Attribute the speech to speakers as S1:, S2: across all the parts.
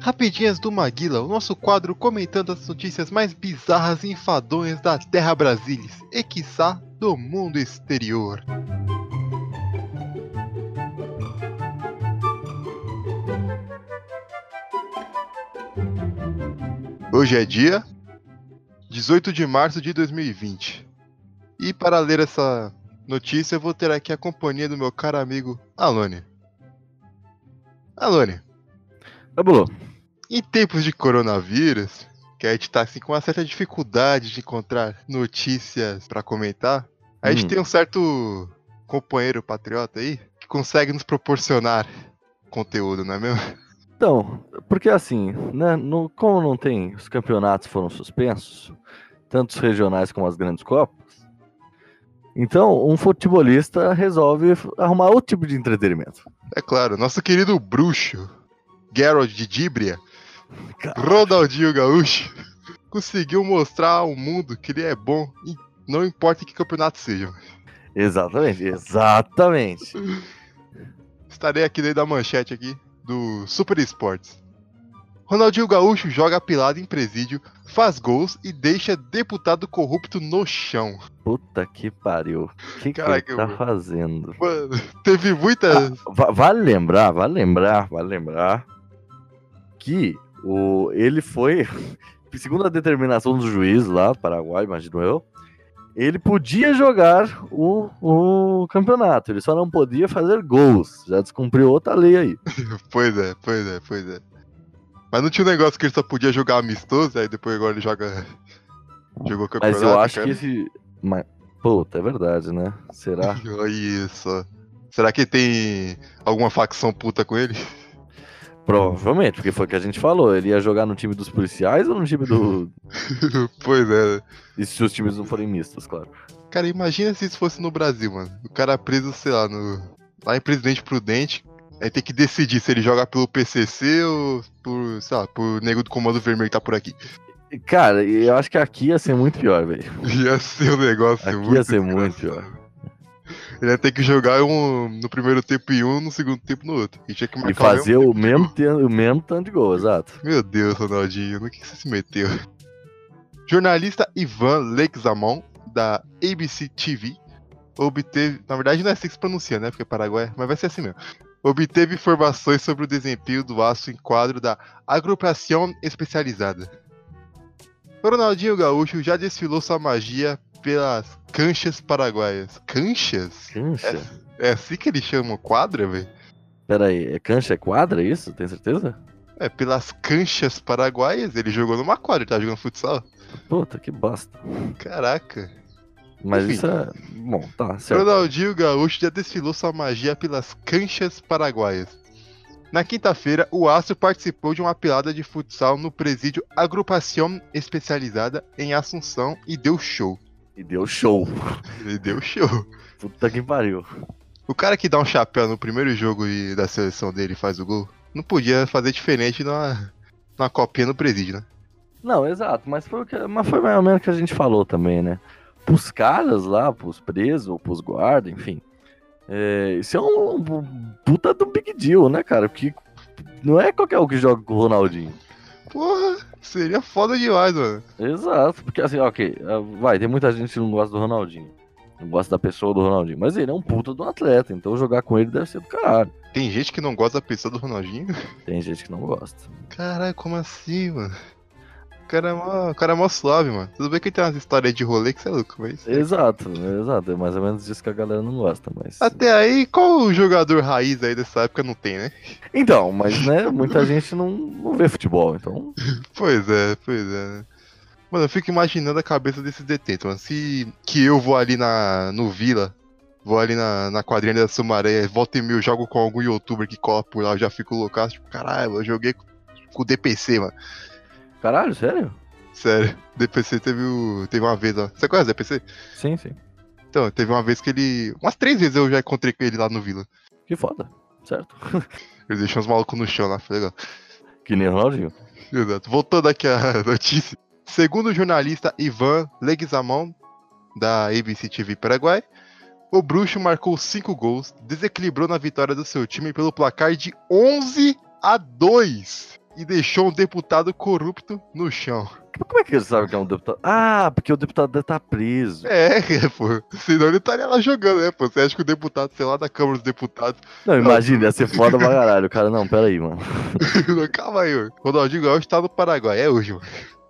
S1: Rapidinhas do Maguila, o nosso quadro comentando as notícias mais bizarras e enfadonhas da Terra Brasilis e quiçá do mundo exterior. Hoje é dia 18 de março de 2020. E para ler essa notícia, eu vou ter aqui a companhia do meu caro amigo Alone. Alone,
S2: Cabulo,
S1: Em tempos de coronavírus, que a gente tá assim, com uma certa dificuldade de encontrar notícias pra comentar, a gente
S2: Hum.
S1: tem um certo companheiro patriota aí que consegue nos proporcionar conteúdo, não é mesmo?
S2: então, porque assim, né, no- como não tem, os campeonatos foram suspensos, tanto os regionais como as grandes copas, então um futebolista resolve arrumar outro tipo de entretenimento.
S1: É claro, nosso querido bruxo, Geralt de Díbria,
S2: Cara.
S1: Ronaldinho Gaúcho, conseguiu mostrar ao mundo que ele é bom, em- não importa que campeonato seja.
S2: Exatamente, exatamente.
S1: Estarei aqui dentro da manchete aqui do Super Esportes. Ronaldinho Gaúcho joga pilado em presídio, faz gols e deixa deputado corrupto no chão.
S2: Puta que pariu. O que, que
S1: Caraca,
S2: ele tá
S1: meu.
S2: fazendo?
S1: Mano, teve muita.
S2: Va- vale lembrar, vale lembrar, vale lembrar que o, ele foi, segundo a determinação do juiz lá, Paraguai, imagino eu, ele podia jogar o, o campeonato, ele só não podia fazer gols. Já descumpriu outra lei aí.
S1: Pois é, pois é, pois é. Mas não tinha um negócio que ele só podia jogar amistoso, aí depois agora ele joga. Jogou campeonato.
S2: Mas eu acho
S1: cara.
S2: que esse. Mas, puta, é verdade, né? Será?
S1: Olha isso. Será que tem alguma facção puta com ele?
S2: Provavelmente, porque foi o que a gente falou. Ele ia jogar no time dos policiais ou no time do.
S1: pois é.
S2: E se os times não forem mistos, claro.
S1: Cara, imagina se isso fosse no Brasil, mano. O cara preso, sei lá, no. Lá em Presidente Prudente. Aí tem que decidir se ele joga pelo PCC ou por, sei lá, por nego do Comando Vermelho que tá por aqui.
S2: E, Cara, eu acho que aqui ia ser muito pior, velho.
S1: Ia ser um negócio
S2: Aqui
S1: muito
S2: ia ser
S1: engraçado.
S2: muito pior.
S1: Ele ia ter que jogar um no primeiro tempo em um, no segundo tempo no outro. E tinha que marcar
S2: E
S1: o mesmo
S2: fazer o mesmo, te- o mesmo tanto de gol, exato.
S1: Meu Deus, Ronaldinho, no que você se meteu? Jornalista Ivan Leixamon, da ABC TV, obteve. Na verdade, não é assim que se pronuncia, né? Porque é Paraguai, mas vai ser assim mesmo. Obteve informações sobre o desempenho do aço em quadro da agrupação especializada. Ronaldinho Gaúcho já desfilou sua magia pelas canchas paraguaias. Canchas?
S2: Cancha?
S1: É assim que eles chamam quadra, velho?
S2: Pera aí, é cancha é quadra é isso? Tem certeza?
S1: É, pelas canchas paraguaias, ele jogou numa quadra, ele tá jogando futsal.
S2: Puta, que bosta.
S1: Caraca.
S2: Mas
S1: Enfim.
S2: isso é. Bom, tá, certo.
S1: Ronaldinho Gaúcho já desfilou sua magia pelas canchas paraguaias. Na quinta-feira, o Astro participou de uma pilada de futsal no presídio Agrupação Especializada em Assunção e deu show.
S2: E deu show.
S1: Ele deu show.
S2: Puta que pariu.
S1: O cara que dá um chapéu no primeiro jogo e- da seleção dele e faz o gol, não podia fazer diferente na, na copinha no presídio, né?
S2: Não, exato, mas foi, o que, mas foi mais ou menos o que a gente falou também, né? Pros caras lá, pros presos, ou pros guardas, enfim. é, isso é um, um puta do big deal, né, cara? Porque não é qualquer um que joga com o Ronaldinho.
S1: Porra, seria foda demais, mano.
S2: é, Exato, porque assim, ok, ah, vai, tem muita gente que não gosta do Ronaldinho. Não gosto da pessoa do Ronaldinho. Mas ele é um puta de um atleta, então jogar com ele deve ser do caralho.
S1: Tem gente que não gosta da pessoa do Ronaldinho?
S2: Tem gente que não gosta.
S1: Caralho, como assim, mano? O cara, é mó, o cara é mó suave, mano. Tudo bem que ele tem umas histórias de rolê que você é louco, mas.
S2: Exato, exato. É mais ou menos disso que a galera não gosta, mas.
S1: Até aí, qual o jogador raiz aí dessa época não tem, né?
S2: Então, mas né, muita gente não, não vê futebol, então.
S1: Pois é, pois é. né? Mano, eu fico imaginando a cabeça desses detentos, mano. Se que eu vou ali na, no Vila, vou ali na, na quadrinha da Sumaré, volta e meia eu jogo com algum youtuber que cola por lá, eu já fico loucaço, tipo, caralho, eu joguei com, com o DPC, mano.
S2: Caralho, sério?
S1: Sério, DPC teve, o, teve uma vez, ó. Você conhece o DPC?
S2: Sim, sim.
S1: Então, teve uma vez que ele. Umas três vezes eu já encontrei com ele lá no Vila.
S2: Que foda, certo?
S1: Ele deixou os malucos no chão lá, foi legal.
S2: Que nem o Ronaldinho.
S1: Exato. Voltando aqui à notícia. Segundo o jornalista Ivan Leguizamon, da ABC TV Paraguai, o Bruxo marcou 5 gols, desequilibrou na vitória do seu time pelo placar de 11 a 2 e deixou um deputado corrupto no chão.
S2: Mas como é que ele sabe que é um deputado? Ah, porque o deputado deve estar preso.
S1: É, pô. Senão ele estaria lá jogando, né, pô? Você acha que o deputado, sei lá, da Câmara dos Deputados.
S2: Não, imagina, ia ser foda pra caralho. Cara, não, pera aí, mano.
S1: Calma aí, ô. Ronaldinho Gaúcho tá no Paraguai, é hoje, mano.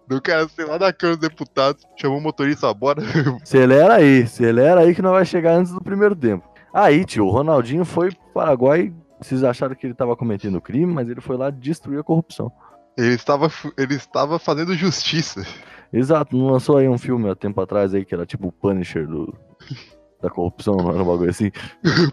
S1: Do cara, sei lá, da Câmara dos Deputados. Chamou o motorista, bora.
S2: Acelera aí, acelera aí que não vai chegar antes do primeiro tempo. Aí, tio, o Ronaldinho foi pro Paraguai. Vocês acharam que ele tava cometendo crime, mas ele foi lá destruir a corrupção.
S1: Ele estava, fu- ele estava fazendo justiça.
S2: Exato, não lançou aí um filme há tempo atrás aí que era tipo o Punisher do, da corrupção, não era um bagulho assim?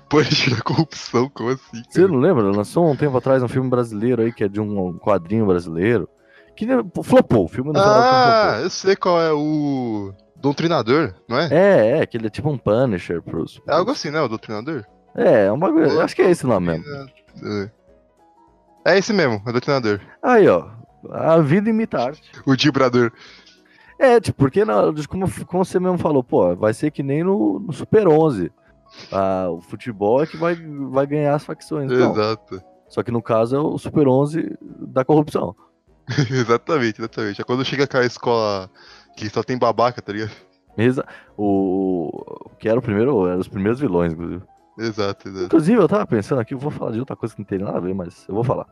S1: Punisher da corrupção, como assim? cara?
S2: Você não lembra? Lançou um tempo atrás um filme brasileiro aí que é de um quadrinho brasileiro. Que nem- flopou, o filme no final
S1: Ah,
S2: flopou.
S1: eu sei qual é o. Doutrinador, não é?
S2: É, é, que ele é tipo um Punisher pros.
S1: É algo assim, né? O Doutrinador?
S2: É, é um bagulho. eu acho que é esse lá mesmo.
S1: É. É esse mesmo, é o Doutrinador.
S2: Aí, ó. A vida imita a arte.
S1: O Dibrador.
S2: É, tipo, porque na- como, como você mesmo falou, pô, vai ser que nem no, no Super 11. Ah, o futebol é que vai, vai ganhar as facções. Não.
S1: Exato.
S2: Só que no caso é o Super 11 da corrupção.
S1: exatamente, exatamente. É quando chega aquela escola que só tem babaca, tá ligado?
S2: Exa- o, o que era o primeiro, era os primeiros vilões, inclusive.
S1: Exato, exato.
S2: Inclusive, eu tava pensando aqui, eu vou falar de outra coisa que não tem nada a ver, mas eu vou falar.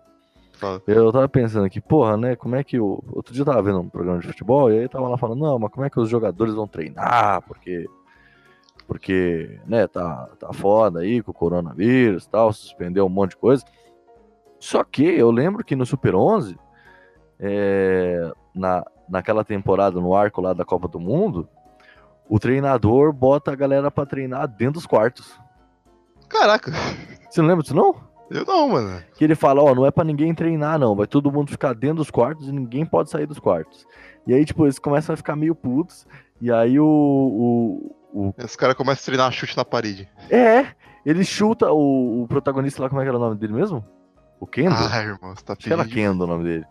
S1: Fala.
S2: Eu tava pensando aqui, porra, né, como é que o... Outro dia eu tava vendo um programa de futebol e aí tava lá falando, não, mas como é que os jogadores vão treinar, porque... Porque, né, tá, tá foda aí com o coronavírus e tal, suspendeu um monte de coisa. Só que eu lembro que no Super 11, é, na, naquela temporada no arco lá da Copa do Mundo, o treinador bota a galera pra treinar dentro dos quartos.
S1: Caraca,
S2: Você não lembra disso, não?
S1: eu não, mano.
S2: Que ele fala, ó, não é pra ninguém treinar, não. Vai todo mundo ficar dentro dos quartos e ninguém pode sair dos quartos. E aí, tipo, eles começam a ficar meio putos. E aí o. o- o-
S1: Os caras começam a treinar chute na parede.
S2: É! Ele chuta o, o protagonista lá, como é que era o nome dele mesmo? O Kendo?
S1: Ah, irmão, você tá
S2: Acho que era
S1: pedindo.
S2: Kendo o nome dele.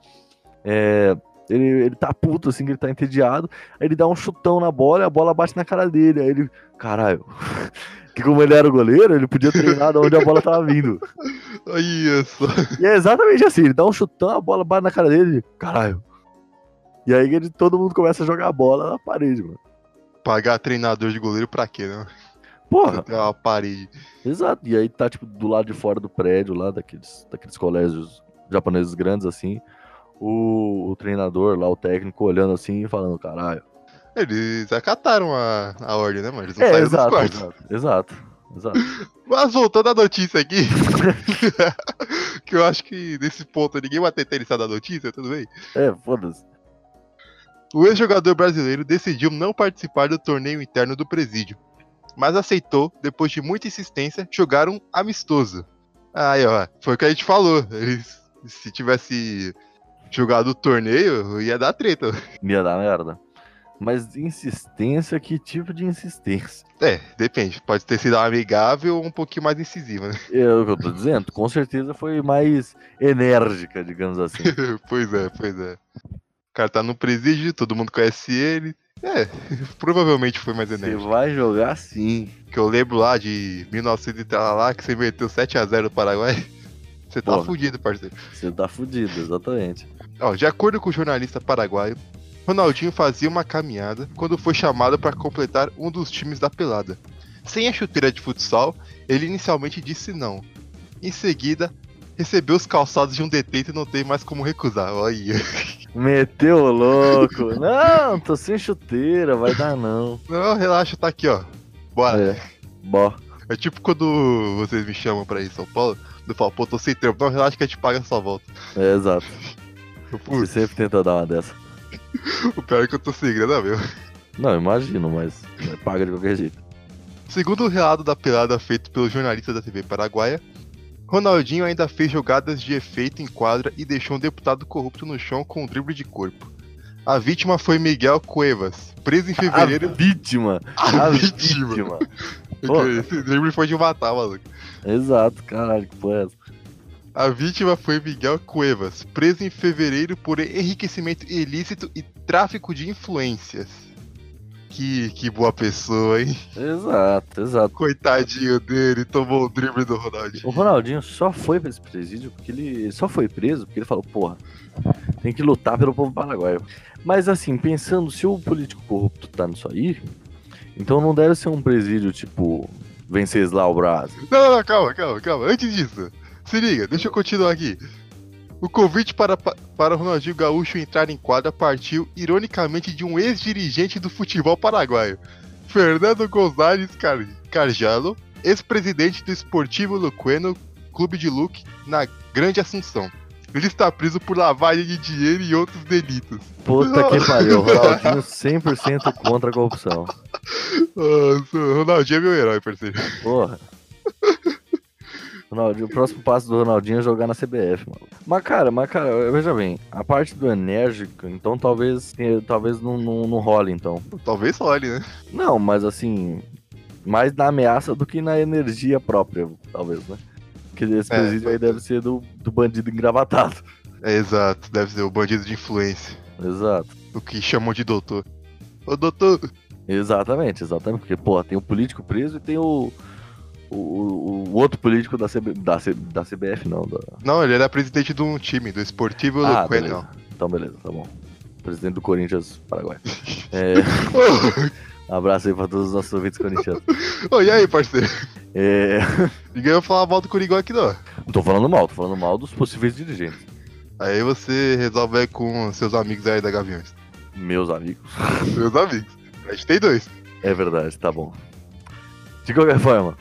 S2: É, ele, ele tá puto, assim, que ele tá entediado. Aí ele dá um chutão na bola e a bola bate na cara dele. Aí ele, caralho. Que como ele era o goleiro, ele podia treinar de onde a bola tava vindo. é.
S1: Olha só.
S2: E é exatamente assim, ele dá um chutão, a bola bate na cara dele, ele, caralho. E aí ele- todo mundo começa a jogar a bola na parede, mano.
S1: Pagar treinador de goleiro pra quê, né?
S2: Porra,
S1: É uma parede.
S2: exato. E aí tá, tipo, do lado de fora do prédio, lá daqueles, daqueles colégios japoneses grandes, assim, o, o treinador lá, o técnico, olhando assim e falando, caralho.
S1: Eles acataram a, a ordem, né, mano? Eles não
S2: É,
S1: saíram dos
S2: exato,
S1: quartos.
S2: exato, exato, exato.
S1: Mas voltando à notícia aqui. que eu acho que nesse ponto ninguém vai ter interessado na notícia, tudo bem?
S2: É, foda-se.
S1: O ex-jogador brasileiro decidiu não participar do torneio interno do presídio, mas aceitou, depois de muita insistência, jogar um amistoso. Aí, ó, foi o que a gente falou. Eles- se tivesse jogado o torneio, ia dar treta.
S2: Ia dar merda. Mas insistência, que tipo de insistência?
S1: É, depende. Pode ter sido amigável ou um pouquinho mais incisiva, né?
S2: É o que eu tô dizendo, com certeza foi mais enérgica, digamos assim.
S1: pois é, pois é. O cara tá no presídio, todo mundo conhece ele. É, provavelmente foi mais
S2: Você
S1: enérgico.
S2: vai jogar sim.
S1: Que eu lembro lá de 1900 e tal lá, que você meteu 7x0 no Paraguai. Você tá
S2: Porra.
S1: fudido, parceiro.
S2: Você tá fudido, exatamente.
S1: Ó, de acordo com o jornalista paraguaio, Ronaldinho fazia uma caminhada quando foi chamado pra completar um dos times da pelada. sem a chuteira de futsal, ele inicialmente disse não. Em seguida, recebeu os calçados de um detento e não tem mais como recusar. Olha aí.
S2: Meteu o louco. Não, tô sem chuteira, vai dar não.
S1: Não, relaxa, tá aqui, ó. Bora.
S2: É. Bó.
S1: É tipo quando vocês me chamam pra ir em São Paulo, eu falo, pô, tô sem tempo. Não, relaxa que a gente paga a sua volta.
S2: É, exato.
S1: Eu,
S2: Você
S1: putz,
S2: sempre tenta dar uma dessa.
S1: o pior é que eu tô sem grana mesmo.
S2: Não, imagino, mas né, paga de qualquer jeito.
S1: Segundo o relato da pelada feito pelo jornalista da TV paraguaia, Ronaldinho ainda fez jogadas de efeito em quadra e deixou um deputado corrupto no chão com um drible de corpo. A vítima foi Miguel Cuevas, preso em
S2: A
S1: fevereiro.
S2: vítima.
S1: A,
S2: A
S1: vítima!
S2: vítima. Pô.
S1: Esse drible foi de matar, maluco.
S2: Exato, caralho, que porra é essa?
S1: A vítima foi Miguel Cuevas, preso em fevereiro por enriquecimento ilícito e tráfico de influências. Que, que boa pessoa, hein?
S2: Exato, exato.
S1: Coitadinho dele, tomou o drible do Ronaldinho.
S2: O Ronaldinho só foi pra esse presídio porque ele ele só foi preso porque ele falou, porra, tem que lutar pelo povo paraguaio. Mas assim, pensando, se o político corrupto tá nisso aí, então não deve ser um presídio tipo Venceslau Braz.
S1: Não, não, não, calma, calma, calma. Antes disso, se liga, deixa eu continuar aqui. O convite para, pa- para Ronaldinho Gaúcho entrar em quadra partiu, ironicamente, de um ex-dirigente do futebol paraguaio, Fernando Gonzalez Car Carjalo, ex-presidente do Esportivo Luqueno, clube de Luque, na Grande Assunção. Ele está preso por lavagem de dinheiro e outros delitos.
S2: Puta que pariu, o Ronaldinho 100% contra a corrupção.
S1: Nossa, o Ronaldinho é meu herói, parceiro.
S2: Porra. Ronaldinho, o próximo passo do Ronaldinho é jogar na CBF, mano. Mas cara, mas cara, veja bem, a parte do enérgico, então talvez eh, talvez não, não, não role, então.
S1: Talvez só ele, né?
S2: Não, mas assim, mais na ameaça do que na energia própria, talvez, né? Porque esse
S1: É,
S2: presídio aí deve ser do, do bandido engravatado.
S1: É, exato, deve ser o bandido de influência.
S2: Exato.
S1: O que chamam de doutor. Ô doutor,
S2: Exatamente, exatamente. Porque, porra, tem o político preso e tem o. O, o- o outro político da, CB, da, C- da CBF, não. Da...
S1: Não, ele era presidente de um time, do Esportivo
S2: Ah,
S1: Luqueno.
S2: beleza. Então, beleza, tá bom. Presidente do Corinthians, Paraguai. É, abraço aí pra todos os nossos ouvintes corintianos.
S1: Ô, ô, e aí, parceiro?
S2: É,
S1: Ninguém vai falar mal do Coringão aqui, não.
S2: não tô falando mal, tô falando mal dos possíveis dirigentes.
S1: Aí você resolve aí com seus amigos aí da Gaviões.
S2: Meus amigos.
S1: Meus amigos. A gente tem dois.
S2: É verdade, tá bom. De qualquer forma,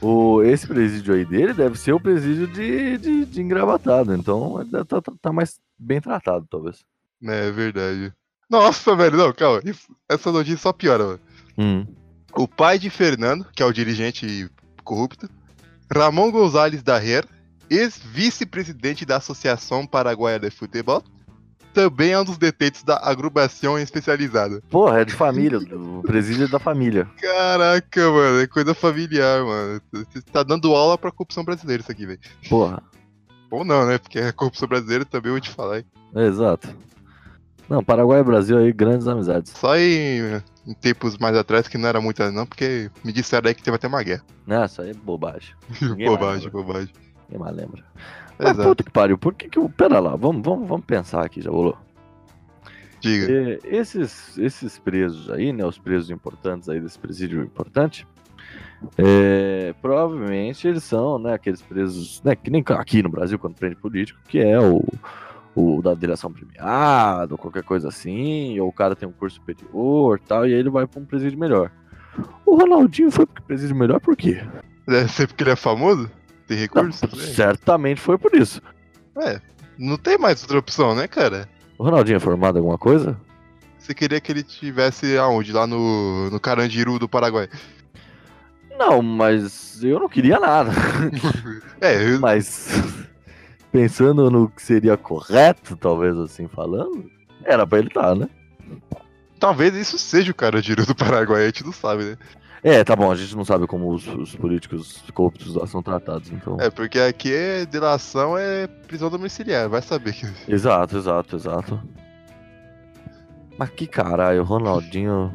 S2: o, esse presídio aí dele deve ser o presídio de, de, de engravatado, então ele deve tá, tá- tá mais bem tratado, talvez.
S1: É, é verdade. Nossa, velho, não, calma. Isso- Essa notícia só piora, mano.
S2: Hum.
S1: O pai de Fernando, que é o dirigente corrupto, Ramon Gonzalez Darrer, ex-vice-presidente da Associação Paraguaia de Futebol, também é um dos detentos da agrupação especializada.
S2: Porra, é de família, o presídio é da família.
S1: Caraca, mano, é coisa familiar, mano. Você tá dando aula pra corrupção brasileira isso aqui, velho.
S2: Porra,
S1: Ou não, né? Porque a corrupção brasileira também eu vou te falar. hein.
S2: é exato. Não, Paraguai e Brasil aí, grandes amizades.
S1: Só em, em tempos mais atrás que não era muita não, porque me disseram aí que teve até uma guerra.
S2: Não, isso aí é bobagem. Ninguém mais
S1: bobagem,
S2: lembra.
S1: bobagem.
S2: Ninguém mais lembra. Mas
S1: Exato,
S2: Ah, puta que pariu, por que que eu... Pera lá, vamos, vamos, vamos pensar aqui, já bolou.
S1: diga.
S2: É, esses, esses presos aí, né? Os presos importantes aí desse presídio importante, é, provavelmente eles são, né? Aqueles presos, né? Que nem aqui no Brasil, quando prende político, que é o, o da delação premiada, ou qualquer coisa assim, ou o cara tem um curso superior tal, e aí ele vai pra um presídio melhor. O Ronaldinho foi pro presídio melhor por quê?
S1: Deve ser porque ele é famoso? Tem
S2: Não,
S1: recurso? né?
S2: certamente foi por isso.
S1: Não tem mais outra opção, né, cara?
S2: O Ronaldinho é formado em alguma coisa?
S1: Você queria que ele tivesse aonde? Lá no, no Carandiru do Paraguai.
S2: Não, mas eu não queria nada.
S1: É, eu-
S2: Mas pensando no que seria correto, talvez assim falando, era pra ele estar, né?
S1: talvez isso seja o Carandiru do Paraguai, a gente não sabe, né?
S2: É, tá bom, a gente não sabe como os, os políticos corruptos lá são tratados, então.
S1: É, porque aqui é delação é prisão domiciliar, vai saber que.
S2: Exato, exato, exato. Mas que caralho, o Ronaldinho.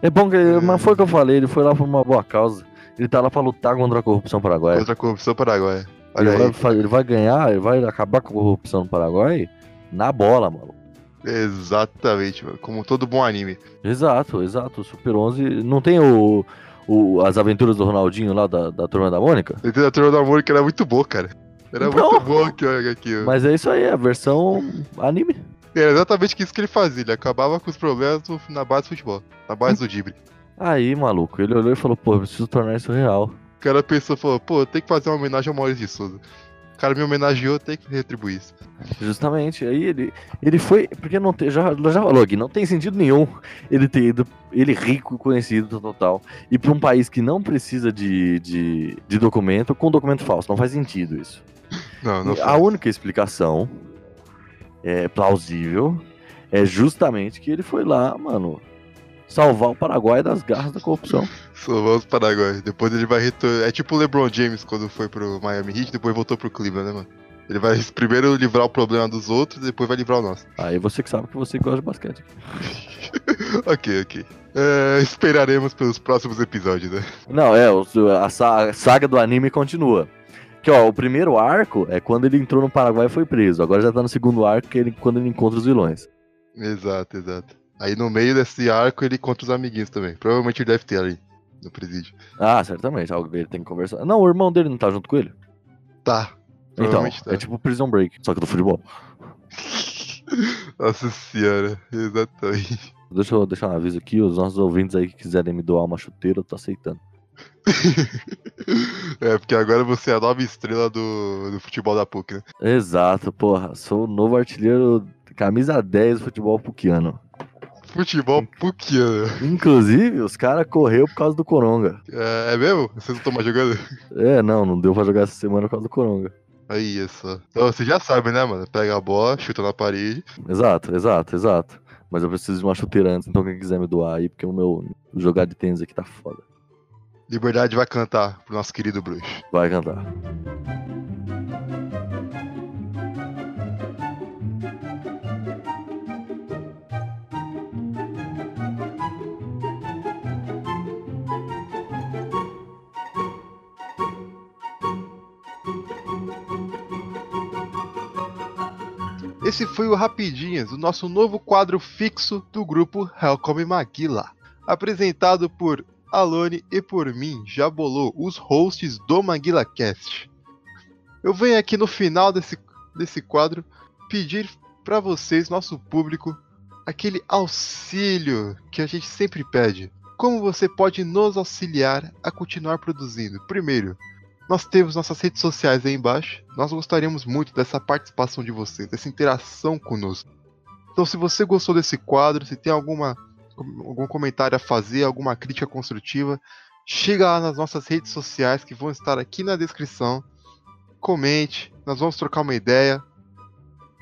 S2: É bom que. ele- Mas foi o que eu falei, ele foi lá por uma boa causa. Ele tá lá pra lutar contra a corrupção paraguaia.
S1: Contra a corrupção paraguaia. Olha
S2: Ele
S1: aí.
S2: vai, fa- ele vai ganhar, ele vai acabar com a corrupção no Paraguai na bola, mano.
S1: Exatamente, mano. Como todo bom anime.
S2: Exato, exato. O Super 11 não tem o, o- as aventuras do Ronaldinho lá da, da Turma da Mônica.
S1: A literatura do amor que era muito boa, cara. Era
S2: Então.
S1: muito boa aqui, ó, aqui, ó.
S2: Mas é isso aí, a versão anime.
S1: Era exatamente isso que ele fazia. Ele acabava com os problemas no- na base do futebol, na base do drible.
S2: Aí, maluco, ele olhou e falou, pô, eu preciso tornar isso real.
S1: O cara pensou, falou, pô, tem que fazer uma homenagem ao Maurício de Souza. O cara me homenageou, tem que retribuir isso.
S2: Justamente, aí ele, ele foi, porque não tem, já, já falou aqui, não tem sentido nenhum ele ter ido, ele rico, conhecido total, e pra um país que não precisa de, de, de documento, com documento falso, não faz sentido isso.
S1: Não, não
S2: E
S1: foi.
S2: a única explicação é plausível é justamente que ele foi lá, mano, salvar o Paraguai das garras da corrupção.
S1: Só vamos parar agora. Depois ele vai retornar. É tipo o LeBron James quando foi pro Miami Heat, depois voltou pro Cleveland, né, mano? Ele vai primeiro livrar o problema dos outros, depois vai livrar o nosso.
S2: Aí você que sabe que você gosta de basquete.
S1: ok, ok. É, esperaremos pelos próximos episódios, né?
S2: Não, é, o- a sa- a saga do anime continua. Que ó, o primeiro arco é quando ele entrou no Paraguai e foi preso. Agora já tá no segundo arco, que ele, quando ele encontra os vilões.
S1: Exato, exato. Aí no meio desse arco ele contra os amiguinhos também. Provavelmente ele deve ter ali no presídio.
S2: Ah, certamente, algo dele tem que conversar. Não, o irmão dele não tá junto com ele?
S1: Tá.
S2: Então,
S1: Provavelmente tá.
S2: é tipo Prison Break, só que do futebol.
S1: Nossa senhora, exatamente.
S2: Deixa eu deixar um aviso aqui, os nossos ouvintes aí que quiserem me doar uma chuteira, eu tô aceitando.
S1: É, porque agora você é a nova estrela do, do futebol da PUC, né?
S2: Exato, porra. Sou o novo artilheiro, camisa 10 do futebol puquiano.
S1: Futebol PUCiano.
S2: Inclusive, os caras correu por causa do Coronga.
S1: É, é mesmo? Vocês não estão mais jogando?
S2: É, não, não deu pra jogar essa semana por causa do Coronga.
S1: Aí, é só. Então, você já sabe, né, mano? Pega a bola, chuta na parede.
S2: Exato, exato, exato. Mas eu preciso de uma chuteira antes, então quem quiser me doar aí, porque o meu jogar de tênis aqui tá foda.
S1: Liberdade vai cantar pro nosso querido bruxo.
S2: Vai cantar.
S1: Esse foi o Rapidinhas, o nosso novo quadro fixo do grupo Helcom Maguila. Apresentado por Alone e por mim, Jabolô, os hosts do Maguila Cast. Eu venho aqui no final desse, desse quadro pedir pra vocês, nosso público, aquele auxílio que a gente sempre pede. Como você pode nos auxiliar a continuar produzindo? Primeiro, Nós temos nossas redes sociais aí embaixo. Nós gostaríamos muito dessa participação de vocês, dessa interação conosco. Então, se você gostou desse quadro, se tem alguma, algum comentário a fazer, alguma crítica construtiva, chega lá nas nossas redes sociais que vão estar aqui na descrição. Comente, nós vamos trocar uma ideia.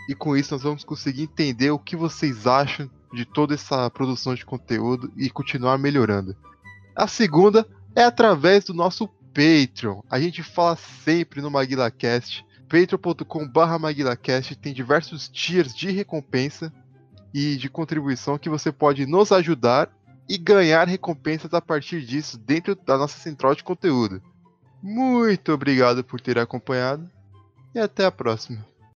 S1: E com isso, nós vamos conseguir entender o que vocês acham de toda essa produção de conteúdo e continuar melhorando. A segunda é através do nosso Patreon. A gente fala sempre no MaguilaCast. patreon.com.br MaguilaCast tem diversos tiers de recompensa e de contribuição que você pode nos ajudar e ganhar recompensas a partir disso dentro da nossa central de conteúdo. Muito obrigado por ter acompanhado e até a próxima.